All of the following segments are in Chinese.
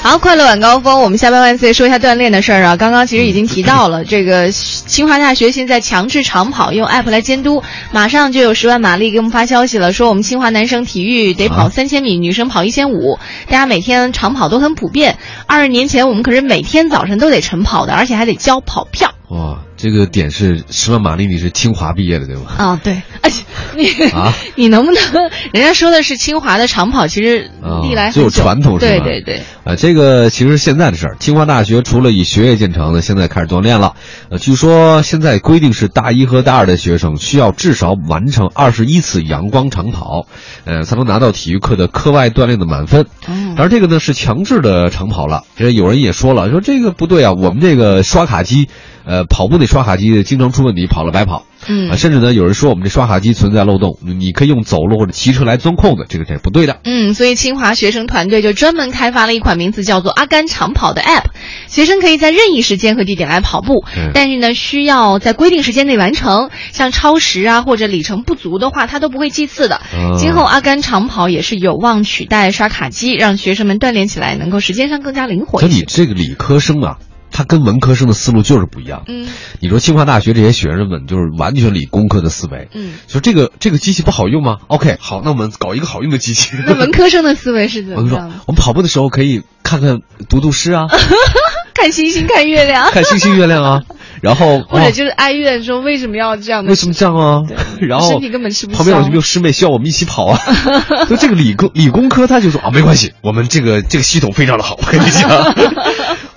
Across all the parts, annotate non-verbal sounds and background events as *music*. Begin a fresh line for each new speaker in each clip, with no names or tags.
好，快乐晚高峰，我们下班万岁说一下锻炼的事儿啊。刚刚其实已经提到
*laughs*
了，这个清华大学现在强制长跑，用 app 来监督。马上就有十万马力给我们发消息了，说我们清华男生体育得
啊
跑三千米，女生跑一千五，大家每天长跑都很普遍。二十年前我们可是每天早晨都得晨跑的，而且还得交跑票。
哇，这个点是十万马力，你是清华毕业的对吗？ *laughs*
啊，对，而且你、
啊
你能不能，人家说的是清华的长跑，其实
啊
历来很
这有
久
传统是
对
吧
对对，
啊，这个其实是现在的事儿。清华大学除了以学业见长呢，现在开始锻炼了。呃，据说现在规定是大一和大二的学生需要至少完成二十一次阳光长跑，呃，才能拿到体育课的课外锻炼的满分。
嗯
当然，这个呢是强制的长跑了。其实有人也说了，说这个不对啊，我们这个刷卡机，呃，跑步那刷卡机经常出问题，跑了白跑。
嗯
啊，甚至呢，有人说我们这刷卡机存在漏洞，你可以用走路或者骑车来钻空子，这个这是不对的。
嗯，所以清华学生团队就专门开发了一款名字叫做“阿甘长跑”的 App，学生可以在任意时间和地点来跑步，
嗯
但是呢，需要在规定时间内完成。像超时啊或者里程不足的话，它都不会记次的。
哦
今后阿甘长跑也是有望取代刷卡机，让学生们锻炼起来能够时间上更加灵活
就
一
你
些。
这个理科生啊，他跟文科生的思路就是不一样。
嗯
你说清华大学这些学生们就是完全理工科的思维，
嗯，
说这个这个机器不好用吗？OK，好，那我们搞一个好用的机器。
那
*laughs*
文科生的思维是怎
我跟
么
你说
样的？，
我们跑步的时候可以看看读读
*laughs*
诗啊，
看星星，看月亮，
看星星月亮啊，然后
或者
哇
就是哀怨说为什么要这样的
为什么这样啊？然后
身体根本吃不消
旁边有没有师妹需要我们一起跑啊？ *laughs* 就这个理工理工科他就说啊，没关系，我们这个这个系统非常的好，我跟你
*laughs*
讲，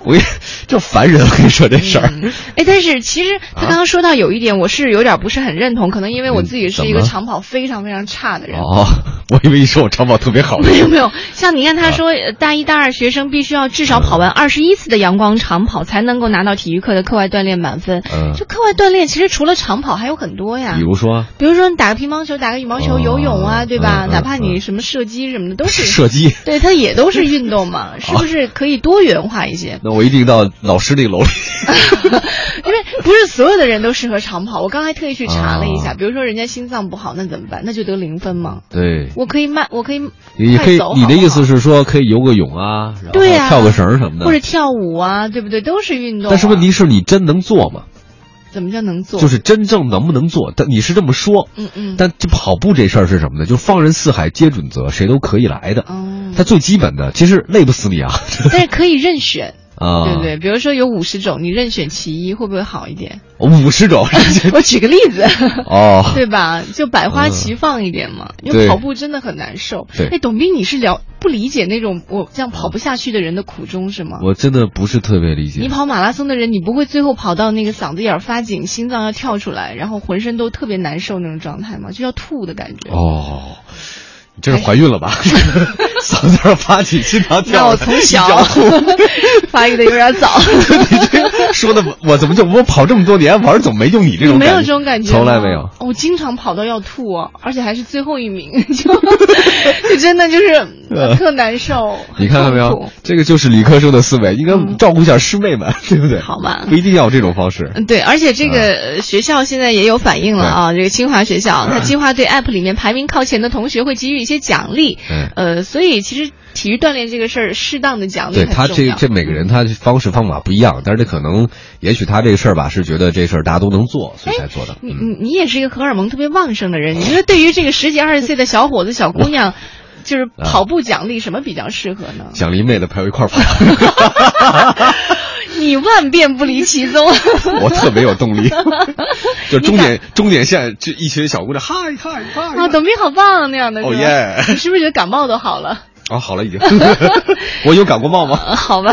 我跟你这烦人，我跟你说这事儿。
哎，但是其实他
啊
刚刚说到有一点，我是有点不是很认同，可能因为我自己是一个
嗯怎么
长跑非常非常差的人。
哦，我以为你说我长跑特别好
*laughs*
呢
没有没有，像你看
啊
他说，呃大一大二学生必须要至少跑
嗯
完二十一次的阳光长跑，才能够拿到体育课的课外锻炼满分。
嗯
就课外锻炼，其实除了长跑还有很多呀
比，如说
比如说你打个乒乓球、打个羽毛球、
哦
游泳啊，对吧？
嗯嗯
哪怕你
嗯
什么射击什么的，都是。
射击，
对，它也都是运动
哦
嘛，是不是可以多元化一些？
那我一定到老师那个楼
*laughs*
里。
因为不是所有的人都适合长跑。我刚才特意去查了一下，
啊
比如说人家心脏不好，那怎么办？那就得零分吗？
对，
我可以慢，
哦
我可以
你可
快
以
走，
你的意思
好
是说可以游个泳啊，然后
对呀
跳个绳儿什
不
么的。
好或者跳舞啊，对不对？都是运动啊、
但是问题是你真能做吗？
怎么叫能做？
就是真正能不能做？但你是这么说，
嗯嗯，
但这跑步这事儿是什么呢？就放任四海皆准则，谁都可以来的。
哦，
它最基本的，其实累不死你啊
但是可以任选，
*laughs* 啊！
嗯对不对？比如说有五十种，你任选其一会不会好一点？
五
*laughs*
十种
我举个例
*laughs*
子。
哦，
对吧？就百花齐放一点嘛，因为
对
跑步真的很难受。
嗯对
哎，董斌，你是了不理解那种我这样跑不下去的人的苦衷是吗？
我真的不是特别理解
你。跑马拉松的人，你不会最后跑到那个嗓子眼儿发紧，心脏要跳出来，然后浑身都特别难受那种状态吗？就要吐的感觉。
哦，你这是怀孕了
*laughs*
吧？嗓子眼发起，经常
那
跳
我
的，
从小 *laughs*
摇头
发育的有点早，
*laughs* 你这说的我我怎么就我跑这么多年玩儿怎么没就你这
你
种
没有
感
这种感觉，
从来没有。。
我经常跑到要吐啊，而且还是最后一名， *laughs* 就就真的就是
呃
特难受。
你看到没
很痛
有
苦？嗯
这个就是理科生的思维，应该照顾一下师妹们，对不对？
好吧
不一定要有这种方式。
嗯，对，而且这个呃学校现在也有反应了啊，这个清华学校，它计划对 App 里面排名靠前的同学会给予一些奖励，
嗯
呃，所以其实体育锻炼这个事儿，适当的奖励
对
很
他
重
这
要。
这每个人他方式方法不一样，但是这可能，也许他这个事儿吧，是觉得这事儿大家都能做，所以才做的。
哎
嗯
你你你也是一个荷尔蒙特别旺盛的人，你说对于这个十几二十岁的小伙子小姑娘，就是
啊
跑步奖励什么比较适合呢？ *laughs*
想离妹子陪我一块儿跑， *laughs*
你万变不离其宗。 *laughs* 啊
我特别有动力。就终
你
点终点线，这一群小姑娘，嗨嗨嗨！
啊，董斌好棒啊那样的。
哦
是吧
耶哦
你是不是觉得感冒都好了？
*laughs* 啊，好了已经，我有感过冒吗？
呃好吧，